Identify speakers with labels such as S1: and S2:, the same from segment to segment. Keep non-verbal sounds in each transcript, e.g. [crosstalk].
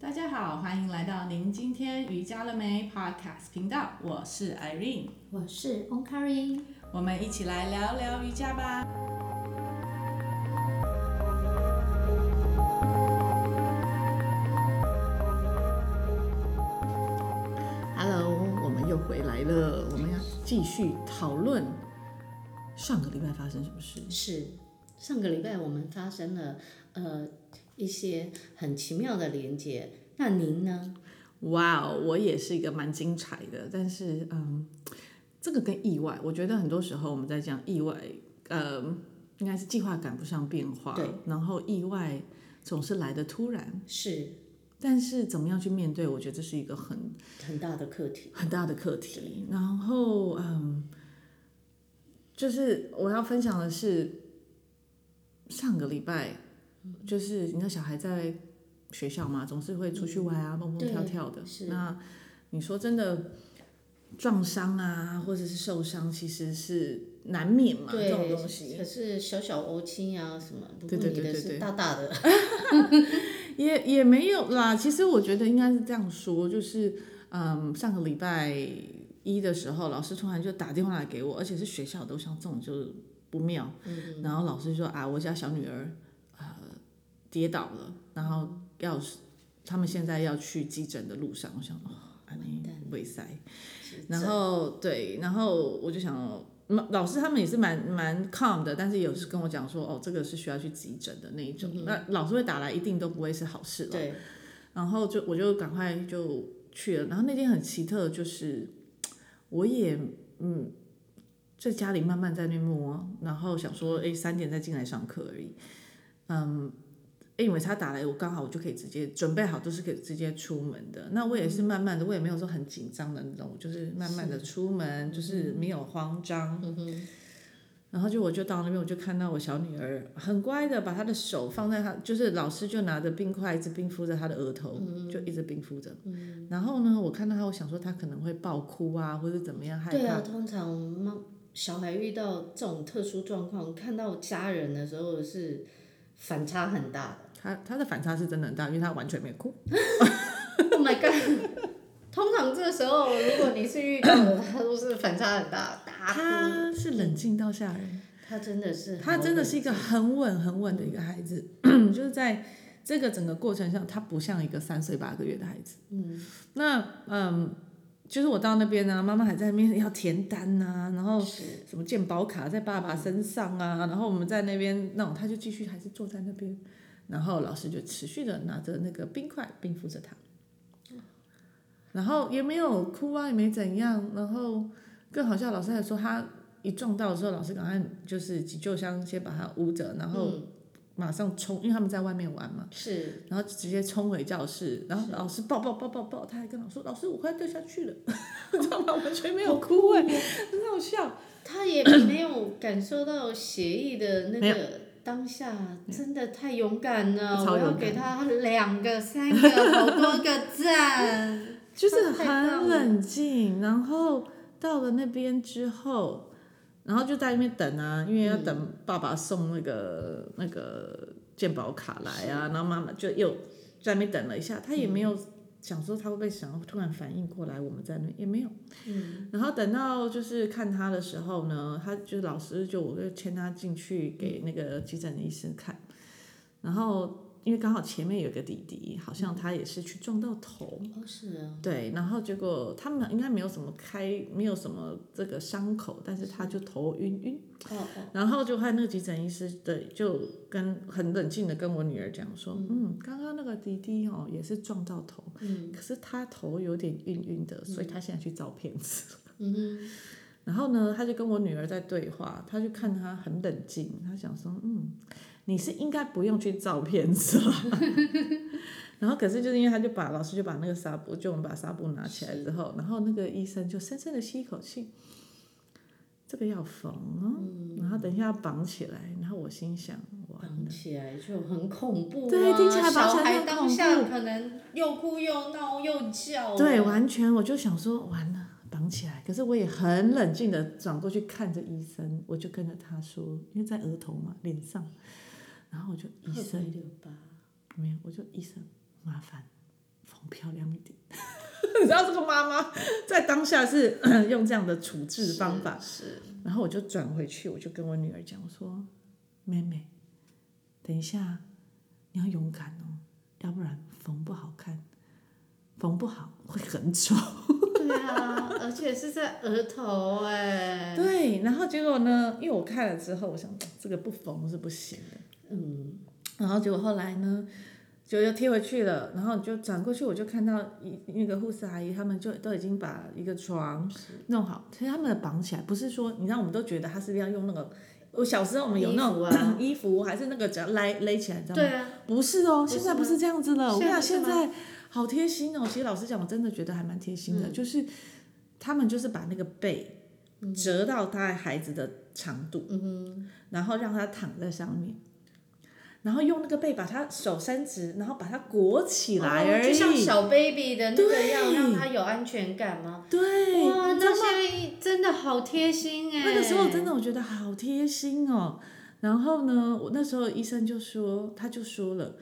S1: 大家好，欢迎来到您今天瑜伽了没 Podcast 频道，我是 Irene，
S2: 我是 Onkari。
S1: 我们一起来聊聊瑜伽吧。
S3: Hello，我们又回来了，我们要继续讨论上个礼拜发生什么事。
S2: 是上个礼拜我们发生了呃一些很奇妙的连接，那您呢？
S3: 哇哦，我也是一个蛮精彩的，但是嗯，这个跟意外，我觉得很多时候我们在讲意外，呃，应该是计划赶不上变化
S2: 对，
S3: 然后意外总是来的突然，
S2: 是
S3: 但是怎么样去面对，我觉得这是一个很
S2: 很大的课题，
S3: 很大的课题。然后，嗯，就是我要分享的是，上个礼拜，
S2: 嗯
S3: 就是你的小孩在学校嘛，总是会出去玩啊，蹦蹦
S2: 嗯对
S3: 跳跳的。
S2: 是
S3: 那你说真的，撞伤啊，或者是受伤，其实是难免嘛，嗯这
S2: 对
S3: 种东西。
S2: 可是小小欧青啊什么，不
S3: 对
S2: 过
S3: 对
S2: 你
S3: 对
S2: 的
S3: 对
S2: 是
S3: 对
S2: 大大的，
S3: 也也没有啦。其实我觉得应该是这样说，就是嗯，上个礼拜一的时候，老师突然就打电话来给我，而且是学校的，我想这种就不妙。然后老师说啊，我家小女儿呃跌倒了，然后要是他们现在要去急诊的路上，我想哦，安妮胃塞。然后对，然后我就想，嗯老师他们也是蛮蛮 calm 的，但是有时跟我讲说，哦，这个是需要去急诊的那一种。那老师会打来，一定都不会是好事了。
S2: 对，
S3: 然后就我就赶快就去了。然后那天很奇特，就是我也嗯，在家里慢慢在那摸，然后想说，哎，三点再进来上课而已。嗯，因为他打来，我刚好我就可以直接准备好，都是可以直接出门的。那我也是慢慢的，我也没有说很紧张的那种，我就是慢慢的出门，就是没有慌张。然后就我就到那边，我就看到我小女儿很乖的把她的手放在她，就是老师就拿着冰块一直冰敷着她的额头，
S2: 嗯
S3: 就一直冰敷着。然后呢，我看到她，我想说她可能会爆哭啊，或者怎么样害
S2: 对
S3: 怕
S2: 啊，通常妈小孩遇到这种特殊状况，看到家人的时候是反差很大
S3: 他他的反差是真的很大，因为他完全没有哭。
S2: 的。Oh my god！通常这时候，如果你是遇到的，他都是反差很大，大哭。
S3: 他是冷静到吓人，
S2: 他真的是，
S3: 他真的是一个很稳很稳的一个孩子， [clears throat] 就是在这个整个过程上，他不像一个三岁八个月的孩子。嗯，那嗯，就是我到那边呢、妈妈还在那边要填单呐、然后
S2: 是
S3: 什么健保卡在爸爸身上啊，然后我们在那边那种，他就继续还是坐在那边，然后老师就持续的拿着那个冰块冰敷着他，然后也没有哭啊，也没怎样，然后更好笑，老师还说他一撞到的时候，老师赶快就是急救箱先把他捂着，然后马上冲，因为他们在外面玩嘛。
S2: 嗯是
S3: 然后直接冲回教室，然后老师抱抱抱抱抱，他还跟老师说：“老师，我快掉下去了。”你知道吗？完全没有哭哎、很好笑。
S2: 他也没有感受到协议的那
S3: 没有
S2: 个当下，真的太勇敢了，
S3: 超
S2: 我要
S3: 勇敢
S2: 给他两个、三个、好多个
S3: [laughs]
S2: 赞。
S3: 就是
S2: 太棒
S3: 很冷静，然后到了那边之后，然后就在那边等啊，因为要等爸爸送那个、那个健保卡来啊，然后妈妈就又在那边等了一下，他也没有想说他会不会想要突然反应过来，我们在那也没有，嗯，然后等到就是看他的时候呢，他就是老师就我就牵他进去给那个急诊医生看，然后。因为刚好前面有个弟弟，好像他也是去撞到头，
S2: 哦，是啊，
S3: 对，然后结果他们应该没有什么开，没有什么这个伤口，但是嗯他就头晕晕，
S2: 哦哦，
S3: 然后就看那个急诊医师的就跟很冷静的跟我女儿讲说，嗯，刚刚那个弟弟哦也是撞到头，
S2: 嗯
S3: 可是他头有点晕晕的，所以他现在去找骗子。
S2: 嗯哼，
S3: 然后呢，他就跟我女儿在对话，他就看她很冷静，他想说，嗯，你是应该不用去照片是吧？然后可是就是因为他就把老师就把那个纱布，就我们把纱布拿起来之后，然后那个医生就深深的吸一口气，这个要缝哦，然后等一下要绑起来，然后我心想，哇，
S2: 绑起来就很恐怖、啊，
S3: 对听起来绑
S2: 小
S3: 起来就
S2: 孩
S3: 很
S2: 当
S3: 恐
S2: 下可能又哭又闹又叫，
S3: 对，，完全我就想说完了，绑起来。可是我也很冷静的转过去看着医生，我就跟着他说，因为在额头嘛，脸上，然后我就医
S2: 会
S3: 生
S2: 不会有吧？
S3: 没有，我就医生麻烦漂亮一点。 [laughs] 你知道这个妈妈在当下是用这样的处置方法，
S2: 嗯是
S3: 然后我就转回去，我就跟我女儿讲，我说：“妹妹，等一下，你要勇敢哦，要不然缝不好看，缝不好会很丑。
S2: 对啊，而且是在额头哎、
S3: 对，然后结果呢，因为我看了之后，我想这个不缝是不行的。
S2: 嗯，
S3: 然后结果后来呢，就又贴回去了。然后就转过去，我就看到一那个护士阿姨，他们就都已经把一个床弄好，其实他们的绑起来，不是说你让我们都觉得他是不是要用那个。我小时候我们有那种
S2: 衣服
S3: [clears throat]
S2: 啊
S3: 衣服还是那个只要勒勒起来，你知道
S2: 对
S3: 吗？
S2: 啊，
S3: 不是哦，
S2: 不是
S3: 现在不
S2: 吗
S3: 是这样子了。我跟你讲，
S2: 现
S3: 现
S2: 在不
S3: 在好贴心哦。其实老实讲，我真的觉得还蛮贴心
S2: 嗯
S3: 的，就是他们就是把那个被折到大概孩子的长度，
S2: 嗯
S3: 然后让他躺在上面，然后用那个被把他手伸直，然后把它裹起来
S2: 哦
S3: 而
S2: 就像
S3: 已。
S2: 小 baby 的那个
S3: 对
S2: 样，让他有安全感吗？
S3: 对，
S2: 哇，
S3: 你知道
S2: 那现在真的好贴心哎、
S3: 那个时候真的我觉得好贴心哦。然后呢，我那时候医生就说，他就说了，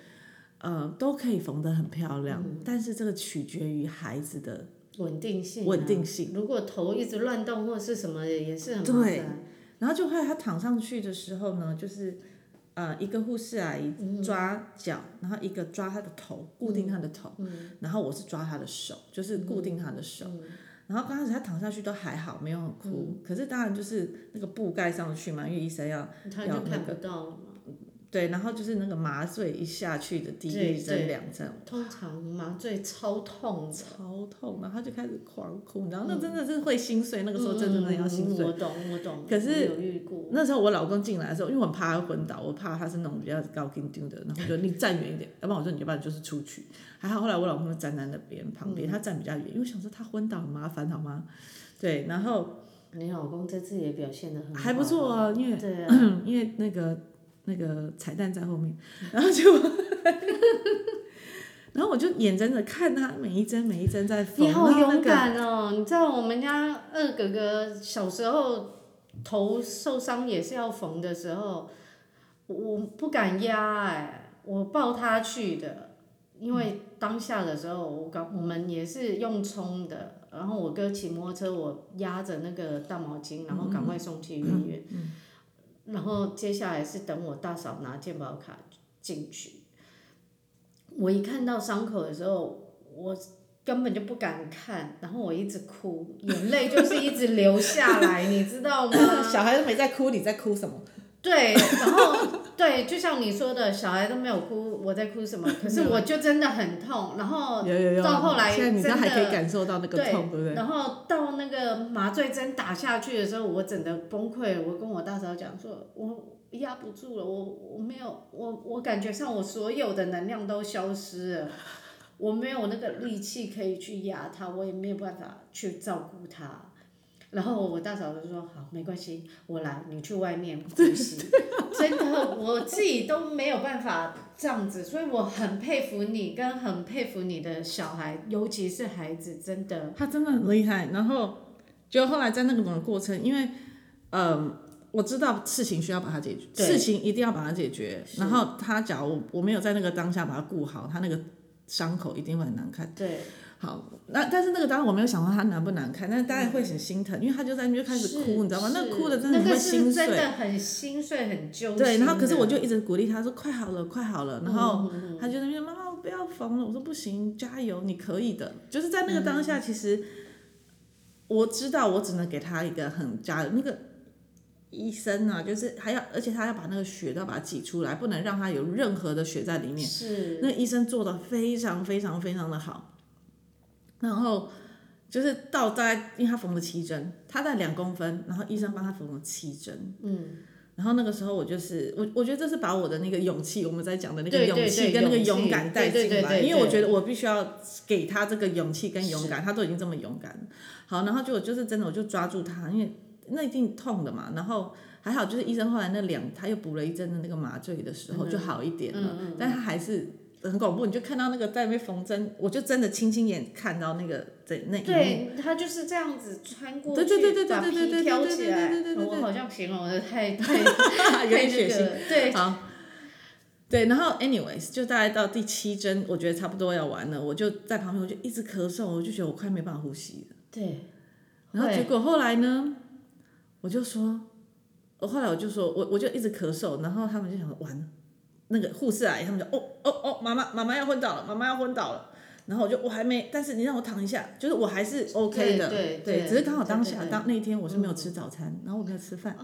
S3: 呃，都可以缝得很漂亮，
S2: 嗯
S3: 但是这个取决于孩子的
S2: 稳定性、啊
S3: 稳定。性。
S2: 如果头一直乱动或是什么的，也是很麻
S3: 对
S2: 烦。
S3: 然后就后来他躺上去的时候呢，就是呃一个护士阿姨
S2: 嗯
S3: 抓脚，然后一个抓他的头，固定他的头，
S2: 嗯
S3: 然后我是抓他的手，就是固定他的手。
S2: 嗯
S3: 然后刚开始他躺下去都还好，没有很哭，可是当然就是那个布盖上去嘛，因为医生要
S2: 他
S3: 要
S2: 就
S3: 那
S2: 看不到了嘛。
S3: 对，然后就是那个麻醉一下去的第
S2: 对
S3: 一针
S2: 对
S3: 两针，
S2: 通常麻醉超痛的，
S3: 超痛，然后他就开始狂哭，然后那真的是会心碎，那个时候真的
S2: 嗯
S3: 要心碎。
S2: 我懂，我懂。
S3: 可是
S2: 我有遇过，
S3: 那时候我老公进来的时候，因为我很怕他昏倒，我怕他是那种比较高跟丢的，然后我就你站远一点，要不然我说你要不然就是出去。还好后来我老公就站在那边旁边，他站比较远，因为我想说他昏倒很麻烦好吗？对，然后
S2: 你老公这次也表现的很好
S3: 还不错啊，因为、
S2: 对啊，
S3: 因为那个那个彩蛋在后面，然后就。然后我就眼睁睁看他每一针每一针在缝，
S2: 你好
S3: 然后那
S2: 勇
S3: 个
S2: 敢哦！你知道我们家二哥哥小时候头受伤也是要缝的时候，我我不敢压哎、我抱他去的，因为当下的时候我刚我们也是用冲的，然后我哥骑摩托车，我压着那个大毛巾，然后赶快送去医院，然后接下来是等我大嫂拿健保卡进去。我一看到伤口的时候，我根本就不敢看，然后我一直哭，眼泪就是一直流下来，你知道吗？
S3: [coughs] 小孩都没在哭，你在哭什么？
S2: 对，然后对，就像你说的，小孩都没有哭，我在哭什么？可是我就真的很痛，然后
S3: 有有有，
S2: 哦到后来
S3: 现在你知道
S2: 真
S3: 还
S2: 的
S3: 可以感受到那个痛，对不对？
S2: 然后到那个麻醉针打下去的时候，我整个崩溃了。我跟我大嫂讲说，我压不住了，我我没有，我我感觉上我所有的能量都消失了，我没有那个力气可以去压他，我也没有办法去照顾他。然后我大嫂就说：“好，没关系，我来，你去外面呼吸。”真的，我自己都没有办法这样子，所以我很佩服你，跟很佩服你的小孩，尤其是孩子，真的
S3: 他真的很厉害。然后就后来在那个整个过程，因为嗯、我知道事情需要把它解决，
S2: 对
S3: 事情一定要把它解决。
S2: 是
S3: 然后他假如我我没有在那个当下把它顾好，他那个伤口一定会很难看。
S2: 对，
S3: 好，那但是那个当然我没有想到他难不难看，但是当然会很心疼，因为他就在那边就开始
S2: 是
S3: 哭，你知道吗？那
S2: 是
S3: 哭的真的
S2: 那
S3: 很会
S2: 个是
S3: 心碎。
S2: 真的很心碎，很揪心的。嗯
S3: 对，然后可是我就一直鼓励他说：“快好了，快好了。”然后他就在那边妈妈我不要缝了。我说：“不行，加油，你可以的。”就是在那个当下，其实我知道我只能给他一个很加油那个。医生啊，就是还要，而且他要把那个血都要把它挤出来，不能让他有任何的血在里面。
S2: 是
S3: 那医生做的非常非常非常的好，然后就是到大概，因为他缝了七针，他在两公分，然后医生帮他缝了七针，嗯，然后那个时候我就是我，我觉得这是把我的那个勇气，我们在讲的那个
S2: 对
S3: 勇气
S2: 对对
S3: 跟那个
S2: 勇气
S3: 勇敢带
S2: 对对
S3: 进来，
S2: 对对
S3: 因为
S2: 对
S3: 我觉得我必须要给他这个勇气跟勇敢，他都已经这么勇敢了，好，然后就我就是真的我就抓住他，因为那一定痛的嘛，然后。还好，就是医生后来那两，他又补了一针的那个麻醉的
S2: 嗯
S3: 时候、就好一点了，但他还是很恐怖。你就看到那个在那边缝针，我就真的亲亲眼看到那个在那一 [laughs] 幕，
S2: 对他就是这样子穿过
S3: 对
S2: 去，
S3: 对对对对
S2: 把
S3: 对对
S2: 皮
S3: 对
S2: 挑
S3: 对
S2: 起
S3: 对
S2: 来
S3: 对对。对对 [laughs]
S2: 我好像形容的太太太
S3: 有
S2: 那
S3: [laughs] 点血腥。
S2: 个，对
S3: 好，对，然后 anyways，就大概到第七针，我觉得差不多要完了，我就在旁边，我就一直咳嗽，我就觉得我快没办法呼吸了。
S2: 对，
S3: 然后
S2: 会
S3: 结果后来呢，我就说，我后来我就说我我就一直咳嗽，然后他们就想说完了，那个护士阿姨他们就哦哦哦，妈妈妈妈要昏倒了，妈妈要昏倒了。然后我就我还没，但是你让我躺一下，就是我还是 OK 的，
S2: 对对对
S3: 只是刚好当
S2: 对嗯哦
S3: 下
S2: 对对
S3: 当那一天我是没有吃早餐，然后我没有吃饭，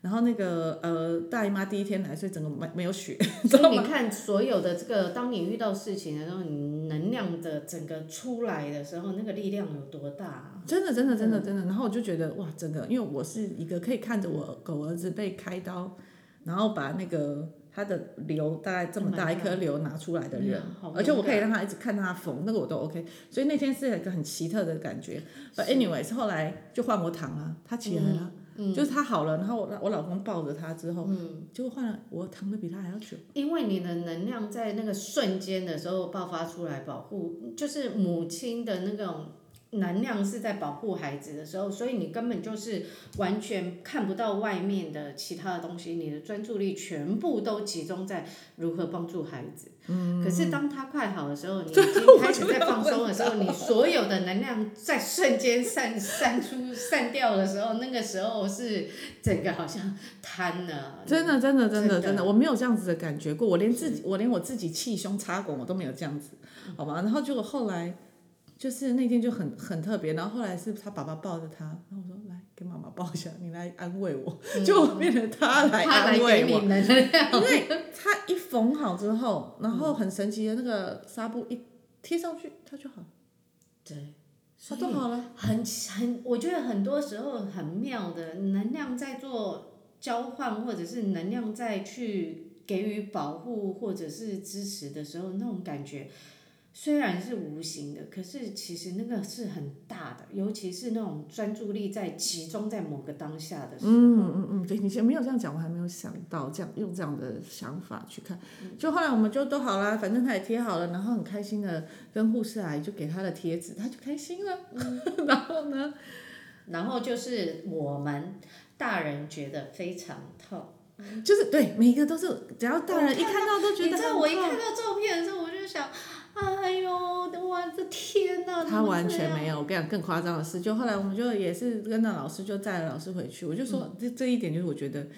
S3: 然后那个呃大姨妈第一天来，所以整个没没有血，知
S2: 所
S3: 道
S2: 以
S3: 吗？
S2: 你看，所有的这个，当你遇到事情的时候，你能量的整个出来的时候，那个力量有多大啊、
S3: 真的，真的，真的，真的。然后我就觉得哇，整个，因为我是一个可以看着我狗儿子被开刀，然后把那个他的瘤大概这么
S2: Oh my
S3: 大一
S2: God
S3: 颗瘤拿出来的人
S2: 嗯好，
S3: 而且我
S2: 勇
S3: 可以
S2: 敢
S3: 让他一直看他缝，那个我都 OK。所以那天是一个很奇特的感觉。But anyways，后来就换我躺啊，他起来了，就是他好了，然后我我老公抱着他之后，就换了我躺的比他还要久。
S2: 因为你的能量在那个瞬间的时候爆发出来，保护就是母亲的那种能量是在保护孩子的时候，所以你根本就是完全看不到外面的其他的东西，你的专注力全部都集中在如何帮助孩子。嗯。可是当他快好的时候，你已经开始在放松的时候，你所有的能量在瞬间散散出散掉的时候，那个时候是整个好像瘫了。
S3: 真的，真的，真的，
S2: 真的
S3: 真的，我没有这样子的感觉过，我连自己，我连我自己气胸插管我都没有这样子，好吧？然后结果后来，就是那天就很很特别，然后后来是他爸爸抱着他，然后我说来给妈妈抱一下，你来安慰我，就我变成他来
S2: 嗯他来
S3: 安
S2: 给
S3: 慰
S2: 你
S3: 我，
S2: 能
S3: 因为他一缝好之后，然后很神奇的那个纱布一贴上去，它就好，
S2: 对，
S3: 它
S2: 所以
S3: 都好了。
S2: 很很，我觉得很多时候很妙的能量在做交换，或者是能量在去给予保护或者是支持的时候，那种感觉虽然是无形的，可是其实那个是很大的，尤其是那种专注力在集中在某个当下的时候，
S3: 嗯嗯嗯，对，你先没有这样讲，我还没有想到这样用这样的想法去看。就后来我们就都好啦，反正他也贴好了，然后很开心的跟护士阿姨就给他的贴纸，他就开心了。然后呢，
S2: 然后就是我们大人觉得非常痛。
S3: 就是对每一个都是，只要大人一看到都觉
S2: 你
S3: 得
S2: 知道
S3: 很
S2: 我一
S3: 痛
S2: 看到照片的时候，我就想，哎呦，我的天哪！
S3: 他完全
S2: 有。
S3: 没有。我跟你讲，更夸张的是，就后来我们就也是跟着老师就载了老师回去，我就说、
S2: 嗯
S3: 这这一点就是我觉得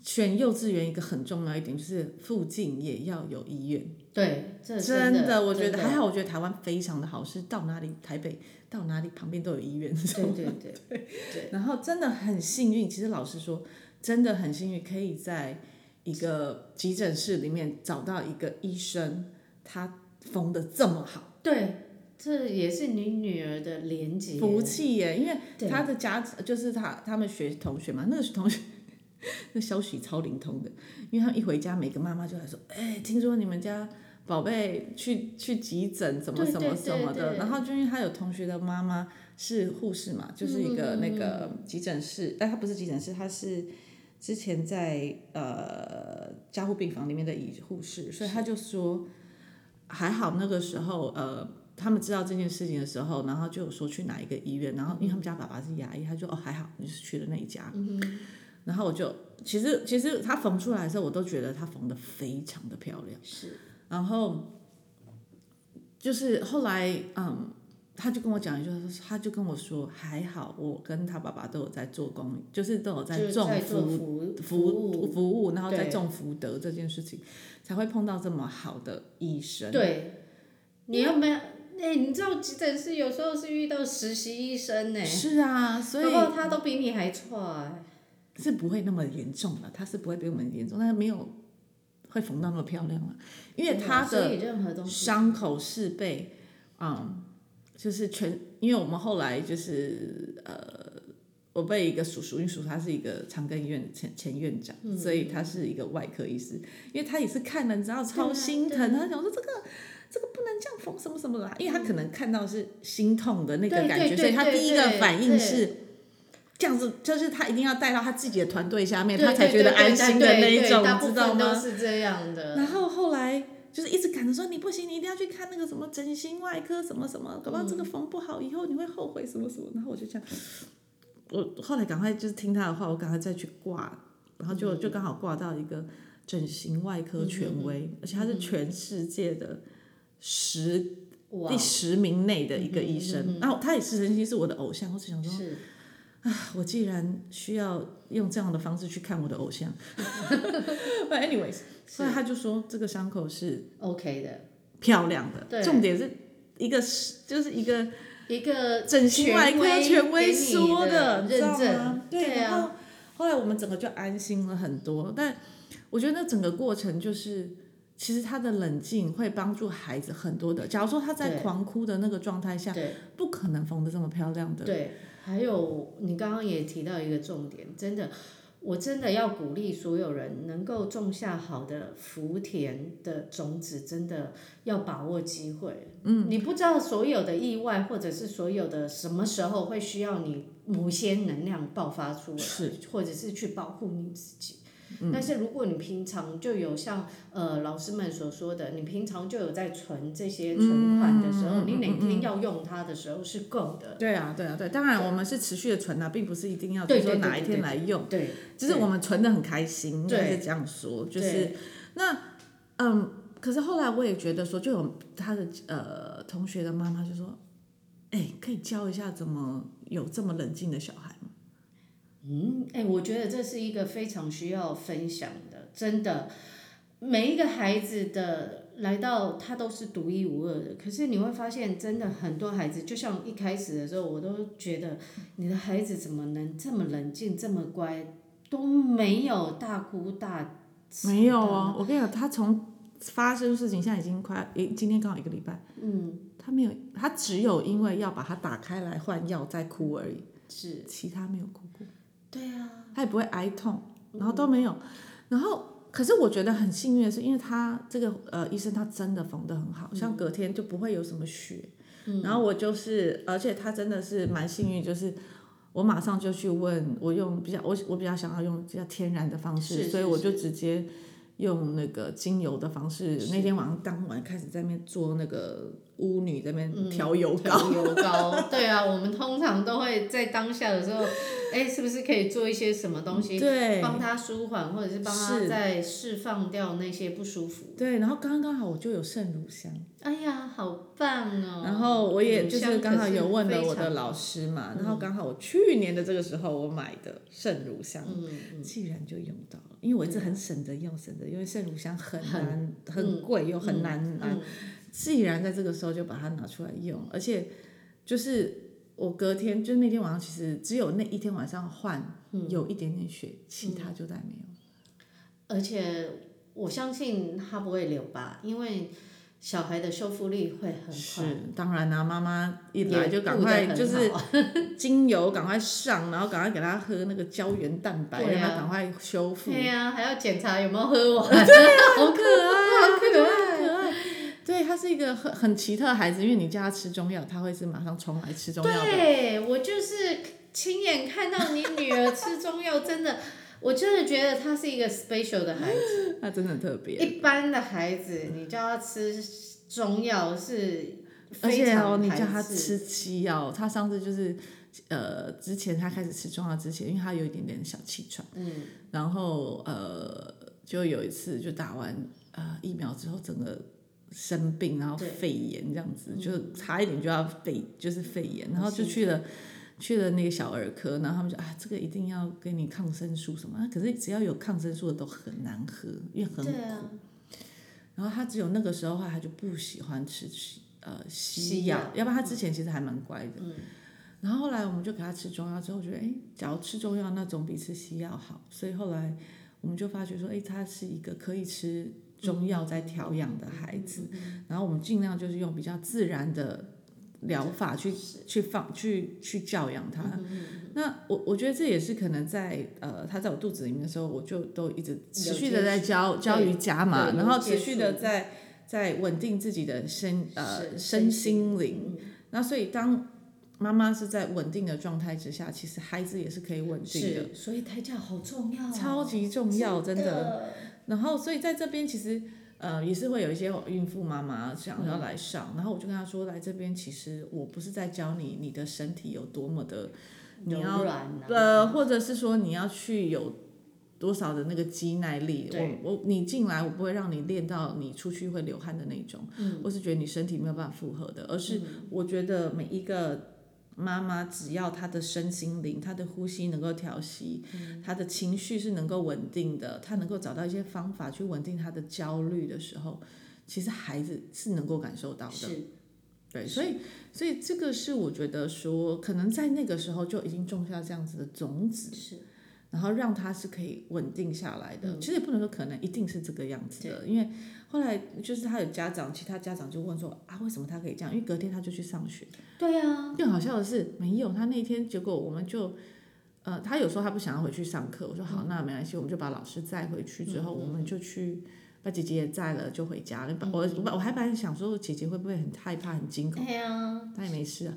S3: 选幼稚园一个很重要一点，就是附近也要有医院。
S2: 对，这是
S3: 真
S2: 的，
S3: 我觉得
S2: 真的
S3: 还好，我觉得台湾非常的好，是到哪里台北到哪里旁边都有医院，
S2: 对对对，
S3: [laughs] 然后真的很幸运。其实老实说，真的很幸运，可以在一个急诊室里面找到一个医生，他缝的这么好，
S2: 对，这也是你女儿的连接。
S3: 福气耶！因
S2: 对
S3: 为他的家就是他他们学同学嘛，那个同学 [laughs] 那消息超灵通的，因为他们一回家，每个妈妈就来说：“哎、听说你们家宝贝去去急诊，怎么
S2: 对
S3: 什
S2: 对
S3: 么什么的。
S2: 对对
S3: 然后就因为他有同学的妈妈是护士嘛，就是一个
S2: 嗯
S3: 那个急诊室，但他不是急诊室，他是。之前在呃加护病房里面的医护士，所以他就说，还好那个时候呃他们知道这件事情的时候，然后就有说去哪一个医院，然后因为他们家爸爸是牙医，他就哦还好，你是去了那一家。
S2: 嗯
S3: 然后我就其实其实他缝出来的时候，我都觉得他缝的非常的漂亮。
S2: 是，
S3: 然后就是后来嗯，他就跟我讲一句，他说他就跟我说还好，我跟他爸爸都有在做公，就是都有
S2: 就是
S3: 种
S2: 在做
S3: 福
S2: 服
S3: 服务
S2: 务，
S3: 服务，然后再
S2: 对
S3: 种福德这件事情，才会碰到这么好的医生。
S2: 对，你要没有？哎，你知道急诊室有时候是遇到实习医生呢，
S3: 是啊，所以
S2: 然后他都比你还差。
S3: 是不会那么严重了，他是不会比我们严重，但是没有会缝到那么漂亮了，因为
S2: 对
S3: 他
S2: 哎所
S3: 的
S2: 以任何东西，
S3: 伤口是被，嗯，就是全，因为我们后来就是呃，我被一个叔叔，因为叔叔他是一个长庚医院的前前院长，
S2: 嗯
S3: 所以他是一个外科医师，因为他也是看了，你知道超心疼，他想说这个。这个不能这样缝什么什么啦，因为他可能看到是心痛的那个
S2: 对
S3: 感
S2: 嗯对
S3: 觉，
S2: 对
S3: 所以他
S2: 对
S3: 第一个
S2: 对
S3: 反应
S2: 对
S3: 是这样子，就是他一定要带到他自己的团队下面，
S2: 对
S3: 他才觉得
S2: 对对
S3: 安心的
S2: 对
S3: 那一
S2: 对
S3: 种，
S2: 大
S3: 你
S2: 部
S3: 知道
S2: 分
S3: 吗？
S2: 都是这样的。
S3: 然后后来就是一直赶着说你不行，你一定要去看那个什么整形外科什么什么，搞不好这个缝不好，以后你会后悔什么什么。然后我就这样，我后来赶快就是听他的话，我赶快再去挂，然后就就刚好挂到一个整形外科权威，而且他是全世界的十
S2: 哇
S3: 第，十名内的一个医
S2: 嗯
S3: 生。然后他也是曾经是我的偶像，我只想说，啊
S2: 是
S3: 我既然需要用这样的方式去看我的偶像 [laughs] ，But anyways，所以他就说这个伤口是
S2: OK 的，
S3: 漂亮的，
S2: 对
S3: 重点是一个是就是一个
S2: 一个
S3: 整形外科权
S2: 呃威
S3: 威
S2: 给你
S3: 说
S2: 的
S3: 你知道
S2: 认证
S3: 吗，？对，
S2: 对
S3: 然
S2: 啊，
S3: 后后来我们整个就安心了很多，但我觉得那整个过程就是。其实他的冷静会帮助孩子很多的。假如说他在
S2: 对
S3: 狂哭的那个状态下，
S2: 对
S3: 不可能缝得这么漂亮的。
S2: 对，还有你刚刚也提到一个重点，真的，我真的要鼓励所有人能够种下好的福田的种子，真的要把握机会。嗯，你不知道所有的意外或者是所有的什么时候会需要你某些能量爆发出来，
S3: 是嗯
S2: 或者是去保护你自己。但是如果你平常就有像呃老师们所说的，你平常就有在存这些存款的时候，
S3: 嗯
S2: 你哪天要用它的时候是够的。
S3: 对啊，对啊，对，当然我们是持续的存啊，并不是一定要
S2: 对
S3: 就
S2: 对
S3: 说
S2: 对
S3: 哪一
S2: 对对
S3: 天来用，
S2: 对，
S3: 只是我们存的很开心，应
S2: 对
S3: 该是这样说，就是
S2: 对
S3: 那嗯，可是后来我也觉得说，就有他的呃同学的妈妈就说，哎，可以教一下怎么有这么冷静的小孩吗？
S2: 嗯，哎、我觉得这是一个非常需要分享的，真的，每一个孩子的来到他都是独一无二的。可是你会发现，真的很多孩子，就像一开始的时候，我都觉得你的孩子怎么能这么冷静、这么乖，都没有大哭大吵
S3: 没有
S2: 的
S3: 哦，我跟你讲，他从发生事情现在已经快，诶，今天刚好一个礼拜，嗯，他没有，他只有因为要把它打开来换药再哭而已，
S2: 是，
S3: 其他没有哭过。
S2: 对啊，嗯
S3: 他也不会哀痛，然后都没有。然后，可是我觉得很幸运的是，因为他这个呃医生他真的缝得很好，
S2: 嗯
S3: 像隔天就不会有什么血。然后我就是，而且他真的是蛮幸运，就是我马上就去问，我用比较我我比较想要用比较天然的方式，
S2: 是
S3: 所以
S2: 是
S3: 我就是直接。用那个精油的方式，那天晚上当晚开始在那边做那个巫女在那边调油膏，
S2: 嗯调油膏， [laughs] 对啊，我们通常都会在当下的时候，哎、是不是可以做一些什么东西？
S3: 对，
S2: 帮他舒缓，或者是帮他
S3: 是
S2: 在释放掉那些不舒服。
S3: 对，然后刚刚好我就有圣乳香。
S2: 哎呀，好棒哦！
S3: 然后我也
S2: 乳
S3: 就
S2: 香
S3: 是刚好有问了我
S2: 可
S3: 的
S2: 是非常嗯
S3: 老师嘛，然后刚好我去年的这个时候我买的圣乳香，
S2: 嗯
S3: 既然就用到了，因为我一直很省着用，省着用，因为圣乳香很难、
S2: 嗯
S3: 很贵又很难拿，既然在这个时候就把它拿出来用，而且就是我隔天就是那天晚上，其实只有那一天晚上换
S2: 嗯
S3: 有一点点血，其他就再没有。
S2: 而且我相信他不会留疤，因为小孩的修复力会嗯很快，
S3: 是，当然啦、妈妈一来
S2: 也
S3: 就赶
S2: 顾得
S3: 快
S2: 很
S3: 就是
S2: 好
S3: 精油赶快上，然后赶快给他喝那个胶原蛋白，
S2: 对啊
S3: 让他赶快修复。
S2: 对哎呀、还要检查有没有喝
S3: [laughs]
S2: 完，
S3: 好可爱，
S2: 好可爱
S3: 可爱。对，他是一个很很奇特的孩子，因为你叫他吃中药，他会是马上冲来 [laughs] 吃中药的。
S2: 对我就是亲眼看到你女儿吃中药，真的，我真的觉得她是一个 special 的孩子。
S3: 他真的很特别。
S2: 一般的孩子，你叫他吃中药是
S3: 而
S2: 非
S3: 且
S2: 常
S3: 哦，你叫他
S2: 排斥
S3: 吃西药，他上次就是，呃，之前他开始吃中药之前，因为他有一点点小气喘，嗯，然后呃，就有一次就打完呃疫苗之后，整个生病，然后
S2: 对嗯
S3: 肺炎这样子，就差一点就要肺就是肺炎，然后就去了。去了那个小儿科，然后他们就啊，这个一定要给你抗生素什么，啊可是只要有抗生素的都很难喝，因为很
S2: 对啊，
S3: 然后他只有那个时候，后来他就不喜欢吃西呃
S2: 西
S3: 西
S2: 药
S3: 药，嗯要不然他之前其实还蛮乖的。然后后来我们就给他吃中药之后，觉得哎，诶假如吃中药那总比吃西药好，所以后来我们就发觉说，哎，他是一个可以吃中药在调养的孩子。然后我们尽量就是用比较自然的疗法去去放去去教养他。那我我觉得这也是可能在呃他在我肚子里面的时候，我就都一直持续的在教
S2: 接触
S3: 教瑜伽嘛，
S2: 对
S3: 然后
S2: 有接
S3: 持
S2: 触
S3: 续的在在稳定自己的身
S2: 是
S3: 呃身心灵。那所以当妈妈是在稳定的状态之下，其实孩子也是可以稳定的，
S2: 是，所以胎教好重要、啊，
S3: 超级重要，真的。
S2: 的。
S3: 然后所以在这边其实呃也是会有一些孕妇妈妈想要来上，然后我就跟她说，来这边其实我不是在教你你的身体有多么的，你
S2: 柔
S3: 要
S2: 软啊，
S3: 呃，或者是说你要去有多少的那个肌耐力，
S2: 对
S3: 我我你进来我不会让你练到你出去会流汗的那种，
S2: 嗯
S3: 我是觉得你身体没有办法负荷的，而是我觉得每一个妈妈只要她的身心灵、她的呼吸能够调息，
S2: 嗯
S3: 她的情绪是能够稳定的，她能够找到一些方法去稳定她的焦虑的时候，其实孩子是能够感受到的。
S2: 是
S3: 对，所以所以这个是我觉得说，可能在那个时候就已经种下这样子的种子，
S2: 是，
S3: 然后让它是可以稳定下来的。其实也不能说可能一定是这个样子的，因为后来就是他有家长，其他家长就问说啊，为什么他可以这样？因为隔天他就去上学。
S2: 对啊，
S3: 更好笑的是，没有他那天，结果我们就。呃，他有时候他不想要回去上课，我说好，那没关系，我们就把老师载回去之后，我们就去把姐姐也载了，就回家了。把我我我还本来想说姐姐会不会很害怕、很惊恐，
S2: 对啊，
S3: 她也没事啊。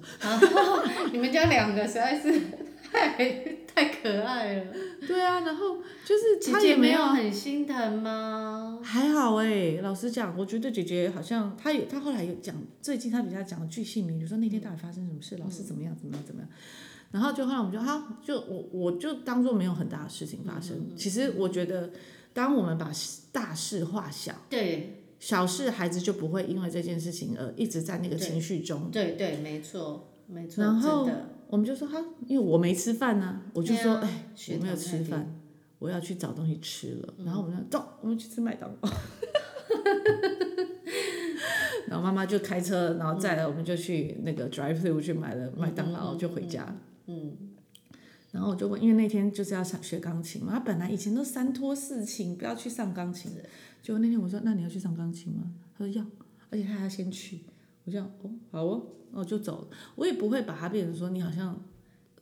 S2: 你们家两个实在是太太可爱了。
S3: [laughs] 对啊，然后就是
S2: 姐
S3: 她
S2: 姐
S3: 也
S2: 没
S3: 没
S2: 有很心疼吗？
S3: 还好哎、老实讲，我觉得姐姐好像她有，她后来有讲，最近她比较讲的巨细靡遗，就说那天到底发生什么事，
S2: 嗯
S3: 老师怎么样怎么样怎么样，然后就后来我们就好，就我我就当做没有很大的事情发生。
S2: 嗯
S3: 其实我觉得，当我们把大事化小，
S2: 对
S3: 小事孩子就不会因为这件事情而一直在那个
S2: 对
S3: 情绪中。
S2: 对对，没错没错，
S3: 然后
S2: 真的
S3: 我们就说哈，因为我没吃饭呢、我就说
S2: 对啊
S3: 哎、
S2: 血
S3: 我没有
S2: 糖
S3: 吃
S2: 太低
S3: 饭，我要去找东西吃了。然后我
S2: 嗯
S3: 们就走，我们去吃麦当劳。 [laughs] 然后妈妈就开车，然后载了我们就去那个 drive through 去买了麦当劳，就回家。
S2: 嗯，
S3: 然后我就问，因为那天就是要上学钢琴嘛，他啊本来以前都三拖四请，不要去上钢琴。结果那天我说，那你要去上钢琴吗？他说要，而且他还要先去。我这样哦，好哦，然后就走了。我也不会把它变成说你好像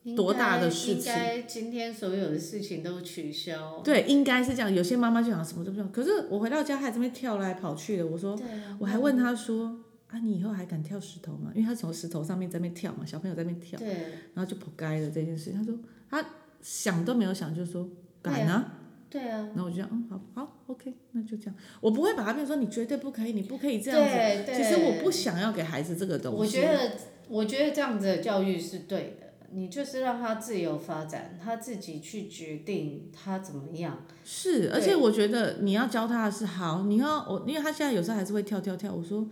S2: 应
S3: 多大的
S2: 该
S3: 事
S2: 应该今天所有的事情都取消。
S3: 对，应该是这样。有些妈妈就想什么都不用，可是我回到家还这边跳来跑去的。我说，
S2: 对啊，
S3: 我还问她说，啊，你以后还敢跳石头吗？因为她从石头上面在那边跳嘛，小朋友在那边跳，
S2: 对
S3: 然后就扑街了这件事。她说，她想都没有想就说敢啊。
S2: 对啊，
S3: 然后我就这样，嗯，好好，OK，那就这样。我不会把它变成说你绝对不可以，你不可以这样子。
S2: 对对，
S3: 其实我不想要给孩子这个东西。
S2: 我觉得，我觉得这样子的教育是对的。你就是让他自由发展，他自己去决定他怎么样。
S3: 是，而
S2: 对
S3: 且我觉得你要教他的是好，你要我，因为他现在有时候还是会跳跳跳。我说，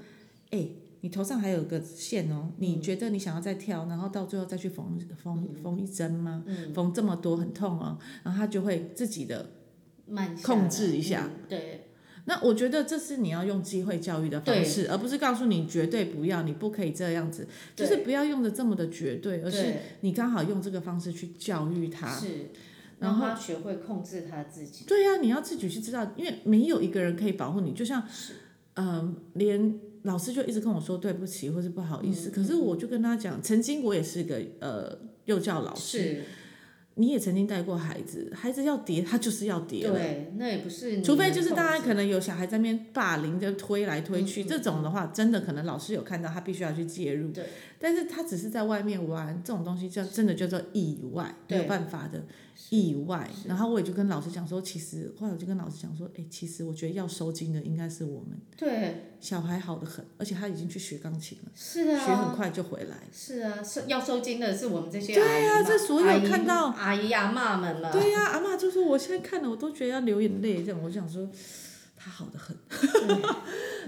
S3: 哎、你头上还有个线哦，你觉得你想要再
S2: 嗯
S3: 跳，然后到最后再去缝缝缝一针吗？缝这么多很痛哦，然后他就会自己的。
S2: 慢下
S3: 控
S2: 来
S3: 制一下
S2: 嗯对
S3: 那我觉得这是你要用机会教育的方
S2: 对
S3: 式，而不是告诉你绝对不要，你不可以这样子，就
S2: 对
S3: 是不要用的这么的绝对，而是
S2: 对
S3: 你刚好用这个方式去教育他。
S2: 是，
S3: 然
S2: 让他学会控制他自己。
S3: 对呀、你要自己去知道，因为没有一个人可以保护你。就像，嗯、连老师就一直跟我说对不起或是不好意思，可是我就跟他讲，曾经我也是个呃幼教老师，
S2: 是，
S3: 你也曾经带过孩子，孩子要跌，他就是要跌啊了。
S2: 对，那也不是你
S3: 除非就是
S2: 能
S3: 大
S2: 控
S3: 家
S2: 制
S3: 可能有小孩在那边霸凌，就推来推去，
S2: 嗯嗯
S3: 这种的话，真的可能老师有看到，他必须要去介入。
S2: 对，
S3: 但是他只是在外面玩，这种东西叫真的叫做意外，没有
S2: 对
S3: 办法的意外。然后我也就跟老师讲说，其实后来我就跟老师讲说，哎，其实我觉得要收金的应该是我们
S2: 对，
S3: 小孩好的很，而且他已经去学钢琴了，
S2: 是啊，
S3: 学很快就回来。
S2: 是啊，是要受惊的是我们这些
S3: 对啊
S2: 阿姨嘛
S3: 这所有
S2: 阿姨
S3: 看到
S2: 阿姨阿妈们了，
S3: 对呀、阿妈就说我现在看了我都觉得要流眼泪，这样我就想说 [sighs] 他好的很。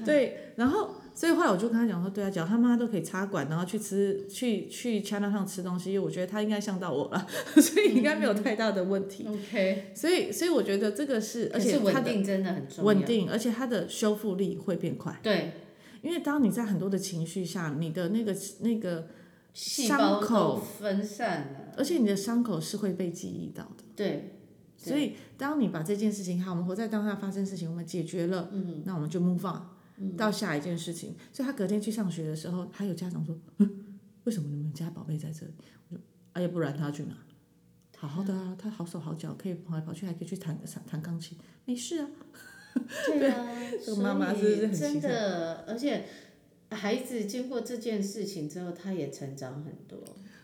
S3: 对，然后所以后来我就跟他讲说，对啊，讲他妈都可以插管，然后去吃去去 China 上吃东西，我觉得他应该像到我了， [laughs] 所以应该没有太大的问题。
S2: ，OK，
S3: 所以所以我觉得这个是，而
S2: 嗯可
S3: 且
S2: 是
S3: 他
S2: 稳
S3: 的
S2: 定真的很重要，
S3: 稳定，而且他的修复力会变快，
S2: 对，
S3: 因为当你在很多的情绪下，你的那个那个，
S2: 细
S3: 伤
S2: 胞
S3: 口
S2: 都分散了，
S3: 而且你的伤口是会被记忆到的。 [laughs]
S2: 对，对
S3: 所以，当你把这件事情，好，我们活在当下发生事情，我们解决了，嗯，那我们就 move on，、到
S2: 嗯
S3: 下一件事情。所以他隔天去上学的时候，还有家长说，嗯，为什么你们家宝贝在这里？我说，哎呀，不然他要去哪？好好的啊，他好手好脚，可以跑来跑去，还可以去弹弹弹钢琴，没事啊。
S2: 对啊，
S3: 这个
S2: 所
S3: 妈妈
S2: 以
S3: 是不是很
S2: 真
S3: 奇特
S2: 的，而且孩子经过这件事情之后，他也成长很多，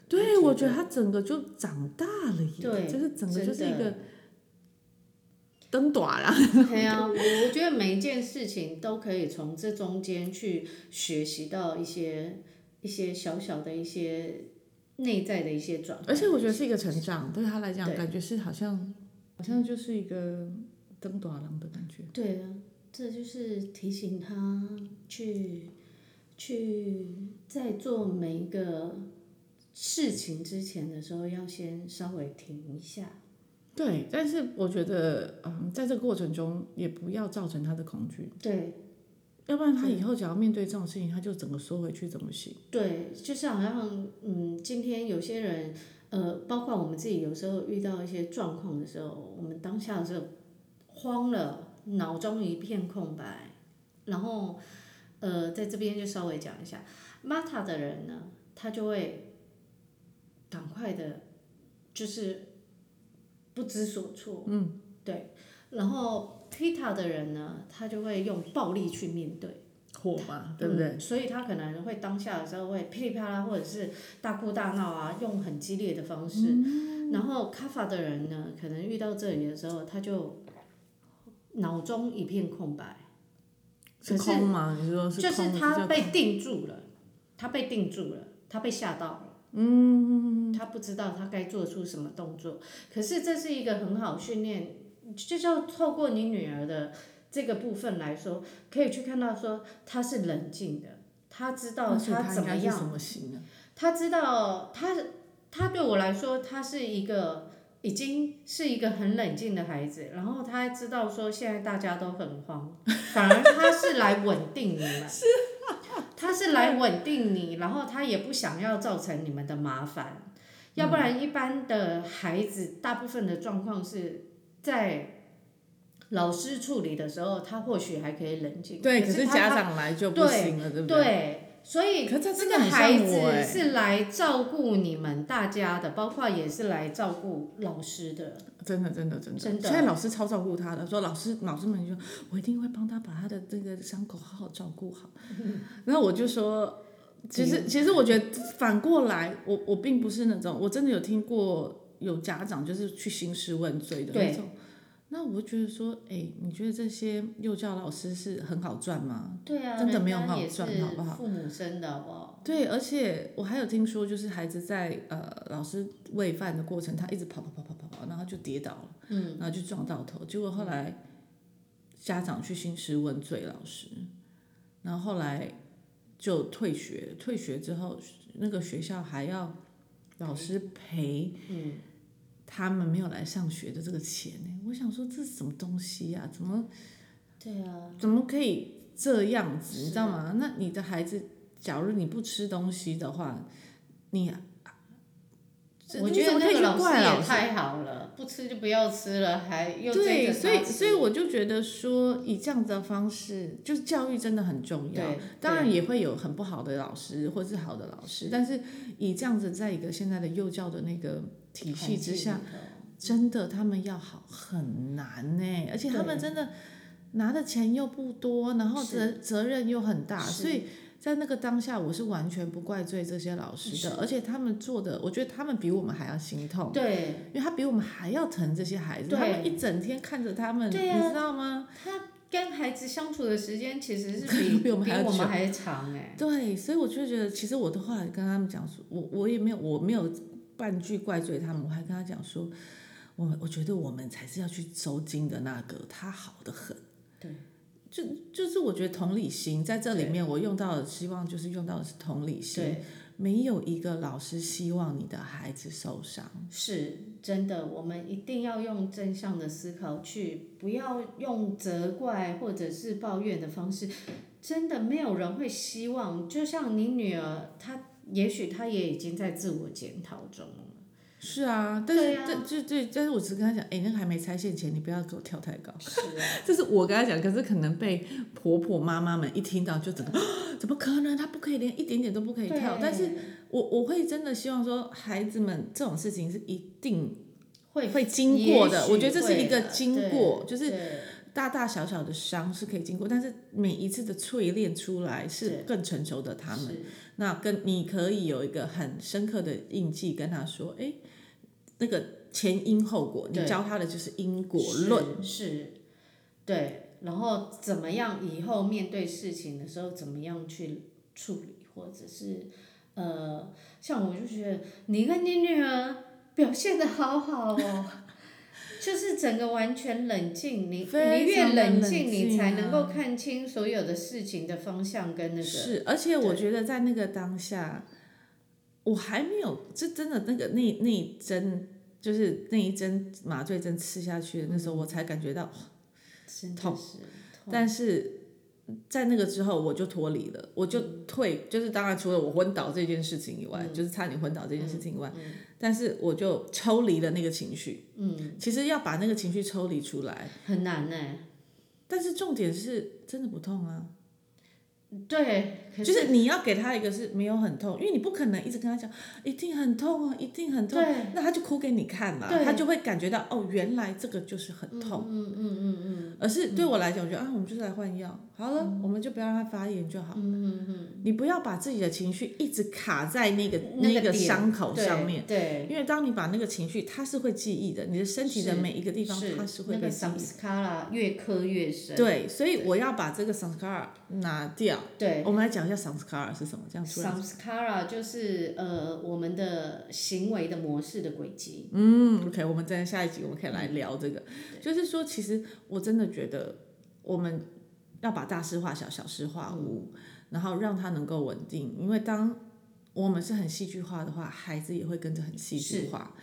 S3: 对，
S2: 我
S3: 我
S2: 觉
S3: 觉
S2: 得
S3: 得他整个就长大了耶，
S2: 对
S3: 就是整个
S2: 真
S3: 就是一
S2: 的
S3: 个灯短
S2: [laughs]
S3: 啦。
S2: 对啊，我我觉得每一件事情都可以从这中间去学习到一些一些小小的一些内在的一些转换。
S3: 而且我觉得是一个成长，对他来讲，
S2: 对
S3: 感觉是好像好像就是一个登短廊的感觉。
S2: 对啊，这就是提醒他去去在做每一个事情之前的时候，要先稍微停一下。
S3: 对，但是我觉得，嗯，在这个过程中也不要造成他的恐惧，
S2: 对
S3: 要不然他以后只要面对这种事情，他就整个缩回去，怎么行？
S2: 对，就是好像嗯，今天有些人呃，包括我们自己，有时候遇到一些状况的时候，我们当下的时候慌了，脑中一片空白，然后呃，在这边就稍微讲一下，Mata 的人呢，他就会赶快的，就是不知所措，嗯，对，然后 Pita 的人呢，他就会用暴力去面对。
S3: 火嘛，对不对？
S2: 嗯所以他可能会当下的时候会噼里啪啦，或者是大哭大闹啊，用很激烈的方式。然后卡法的人呢，可能遇到这里的时候，他就脑中一片空白，可
S3: 是
S2: 是
S3: 空吗？你说是
S2: 就
S3: 空？叫
S2: 是他被定住了，他被定住了，他被吓到了。嗯，他不知道他该做出什么动作，可是这是一个很好训练，就是要透过你女儿的这个部分来说，可以去看到说她是冷静的，她知道
S3: 那所以
S2: 她
S3: 他
S2: 怎
S3: 应该
S2: 么
S3: 是什
S2: 样，
S3: 么型啊？
S2: 她知道她她对我来说，她是一个已经是一个很冷静的孩子，然后她知道说现在大家都很慌，反而她是来稳定你们，是、她是来稳定你，然后她也不想要造成你们的麻烦，要不然一般的孩子大部分的状况是在。老师处理的时候，他或许还可以冷静。
S3: 对，可
S2: 是
S3: 是
S2: 他
S3: 家长来就不
S2: 对
S3: 行了，对不？
S2: 对，所以
S3: 可是他
S2: 这
S3: 真
S2: 个
S3: 的很
S2: 孩
S3: 像我
S2: 子
S3: 欸
S2: 是来照顾你们大家的，包括也是来照顾老师的。
S3: 真的，真的，真的。
S2: 真的
S3: 现在老师超照顾他的，说老师，老师们就说，我一定会帮他把他的这个伤口好好照顾好。
S2: 嗯
S3: 然后我就说，其实，其实我觉得反过来，我我并不是那种，我真的有听过有家长就是去兴师问罪的那
S2: 对
S3: 种。那我就觉得说，哎、你觉得这些幼教老师是很好赚吗？
S2: 对啊，
S3: 真的
S2: 人
S3: 没有
S2: 家
S3: 好
S2: 也
S3: 赚
S2: 是
S3: 好不好
S2: 父母生的，好哦不好？
S3: 对，而且我还有听说，就是孩子在呃老师喂饭的过程，他一直跑跑跑跑跑跑，然后就跌倒了，嗯，然后就撞到头，结果后来家长去兴师问罪老师，然后后来就退学，退学之后那个学校还要老师赔，
S2: 嗯，
S3: 他们没有来上学的这个钱呢，我想说这是什么东西呀、怎么
S2: 对啊，
S3: 怎么可以这样子？你知道
S2: 是
S3: 吗？那你的孩子，假如你不吃东西的话，你这
S2: 我
S3: 你
S2: 觉
S3: 怎么
S2: 得
S3: 可
S2: 那
S3: 以
S2: 个
S3: 去
S2: 老师
S3: 怪老
S2: 也
S3: 师
S2: 太好了，不吃就不要吃了，还又追
S3: 对，
S2: 着
S3: 所
S2: 他
S3: 以
S2: 吃
S3: 所以我就觉得说，以这样子的方式，就是教育真的很重要。
S2: 对，
S3: 当然
S2: 对
S3: 也会有很不好的老师，或是好的老师，但是以这样子，在一个现在的幼教的那个体系之下，，
S2: 环境里头
S3: 真的他们要好很难呢、而且他们
S2: 对
S3: 真的拿的钱又不多，然后责
S2: 是
S3: 责任又很大，
S2: 是
S3: 所以在那个当下，我是完全不怪罪这些老师的，而且他们做的，我觉得他们比我们还要心痛，
S2: 对，
S3: 因为他比我们还要疼这些孩子，
S2: 对
S3: 他们一整天看着他们，
S2: 对啊
S3: 你知道吗？
S2: 跟孩子相处的时间其实
S3: [laughs]
S2: 是比
S3: 比我们还要
S2: 比我
S3: 久
S2: 们还长哎、
S3: 对，所以我就觉得，其实我的后来跟他们讲说，我我也没有，我没有半句怪罪他们，我还跟他讲说，我我觉得我们才是要去收金的那个，他好的很。
S2: 对，
S3: 就就是我觉得同理心在这里
S2: 对
S3: 面，我用到的，希望就是用到的是同理心。
S2: 对，
S3: 没有一个老师希望你的孩子受伤。
S2: 是真的，我们一定要用正向的思考去，不要用责怪或者是抱怨的方式。真的没有人会希望，就像你女儿，她也许她也已经在自我检讨中了。
S3: 是啊，但是
S2: 对啊
S3: 但就对，但是我只跟他讲，哎，那个还没拆线前，你不要给我跳太高。
S2: 是
S3: [laughs]
S2: 啊，
S3: 这是我跟他讲，可是可能被婆婆妈妈们一听到就整个， [gasps] 啊怎么可能？他不可以连一点点都不可以跳。但是我我会真的希望说，孩子们这种事情是一定
S2: 会
S3: 会经过
S2: 也
S3: 的。
S2: 许
S3: 我觉得这是一个
S2: 会的
S3: 经过，就
S2: 对
S3: 是
S2: 对
S3: 大大小小的伤是可以经过，但是每一次的淬炼出来是
S2: 对
S3: 更成熟的他们。
S2: 是
S3: 那跟你可以有一个很深刻的印记，跟他说，哎，那个前因后果，你
S2: 对
S3: 教他的就是因果论。
S2: 是是，对，然后怎么样以后面对事情的时候怎么样去处理，或者是呃，啊像我就觉得你跟你女儿表现的好好哦， [laughs] 就是整个完全冷静，你你
S3: 非
S2: 越
S3: 常地
S2: 冷
S3: 冷
S2: 静，你
S3: 静
S2: 才能
S3: 啊
S2: 够看清所有的事情的方向跟那个。
S3: 是，而且我
S2: 对
S3: 觉得在那个当下，我还没有，这真的那个那那一针，就是那一针麻醉针刺下去的那时候，我才感觉到。
S2: 真的
S3: 痛
S2: 是嗯痛，
S3: 但是在那个之后，我就脱离了，我就
S2: 嗯
S3: 退，就是当然除了我昏倒这件事情以外，就是差点昏倒这件事情以
S2: 嗯
S3: 外，但是我就抽离了那个情绪。嗯，其实要把那个情绪抽离出来，
S2: 很难呢、
S3: 但是重点是真的不痛啊。
S2: 对，可
S3: 就是你要给他一个是没有很痛，因为你不可能一直跟他讲一定很痛啊，一定很痛，
S2: 对
S3: 那他就哭给你看嘛，
S2: 对
S3: 他就会感觉到哦，原来这个就是很痛，嗯嗯嗯嗯，而是对我来讲，我觉得啊，我们就是来换药，好了，我们就不要让它发炎就好，嗯嗯嗯，你不要把自己的情绪一直卡在那个
S2: 那个
S3: 个
S2: 点
S3: 伤口
S2: 对
S3: 上面，
S2: 对，
S3: 因为当你把那个情绪，它是会记忆的，你的身体的
S2: 是
S3: 每一个地方它是
S2: 是
S3: 会
S2: 那
S3: 被
S2: 个
S3: 记忆的。
S2: samskara 越刻越深，
S3: 对，所以我要把这个 sanskara 拿掉。
S2: 对
S3: 我们来讲一下 sanskara 是什么，这样突然
S2: samskara 就是呃我们的行为的模式的轨迹，
S3: 嗯，OK，我们 [laughs] 在下一集我们可以来
S2: 嗯
S3: 聊这个。就是说，其实我真的觉得我们要把大事化小，小事化无，
S2: 嗯
S3: 然后让它能够稳定。因为当我们是很戏剧化的话，孩子也会跟着很戏剧化。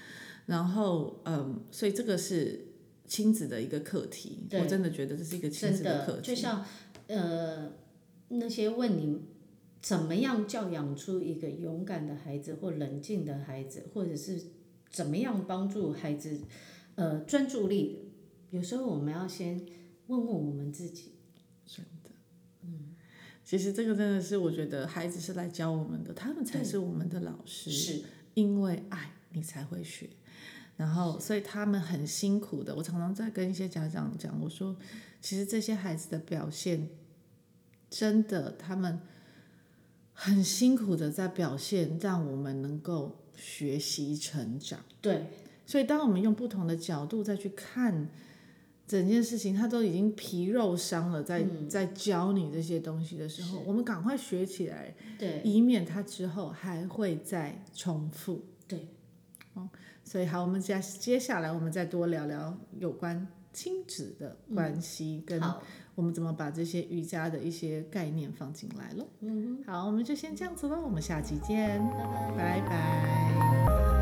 S3: 然后，嗯，所以这个是亲子的一个课题。
S2: 对
S3: 我真的觉得这是一个亲
S2: 真
S3: 子课
S2: 的
S3: 题。
S2: 就像呃那些问你怎么样教养出一个勇敢的孩子或冷静的孩子，或者是怎么样帮助孩子呃专注力，有时候我们要先问问我们自己，
S3: 其实这个真的是我觉得孩子是来教我们的，他们才
S2: 对
S3: 是我们的老师。
S2: 是
S3: 因为爱你才会学。然后，所以他们很辛苦的。我常常在跟一些家长讲，我说，其实这些孩子的表现，真的他们很辛苦的在表现，让我们能够学习成长。
S2: 对
S3: 所以，当我们用不同的角度再去看整件事情，他都已经皮肉伤了，在、在教你这些东西的时候，我们赶快学起来，
S2: 对
S3: 以免他之后还会再重复。
S2: 对，
S3: 所以好，我们接接下来我们再多聊聊有关亲子的关系，跟
S2: 好，
S3: 我们怎么把这些瑜伽的一些概念放进来了。
S2: 嗯
S3: 好，我们就先这样子喽，我们下期见，
S2: 哼，拜拜。
S3: 拜拜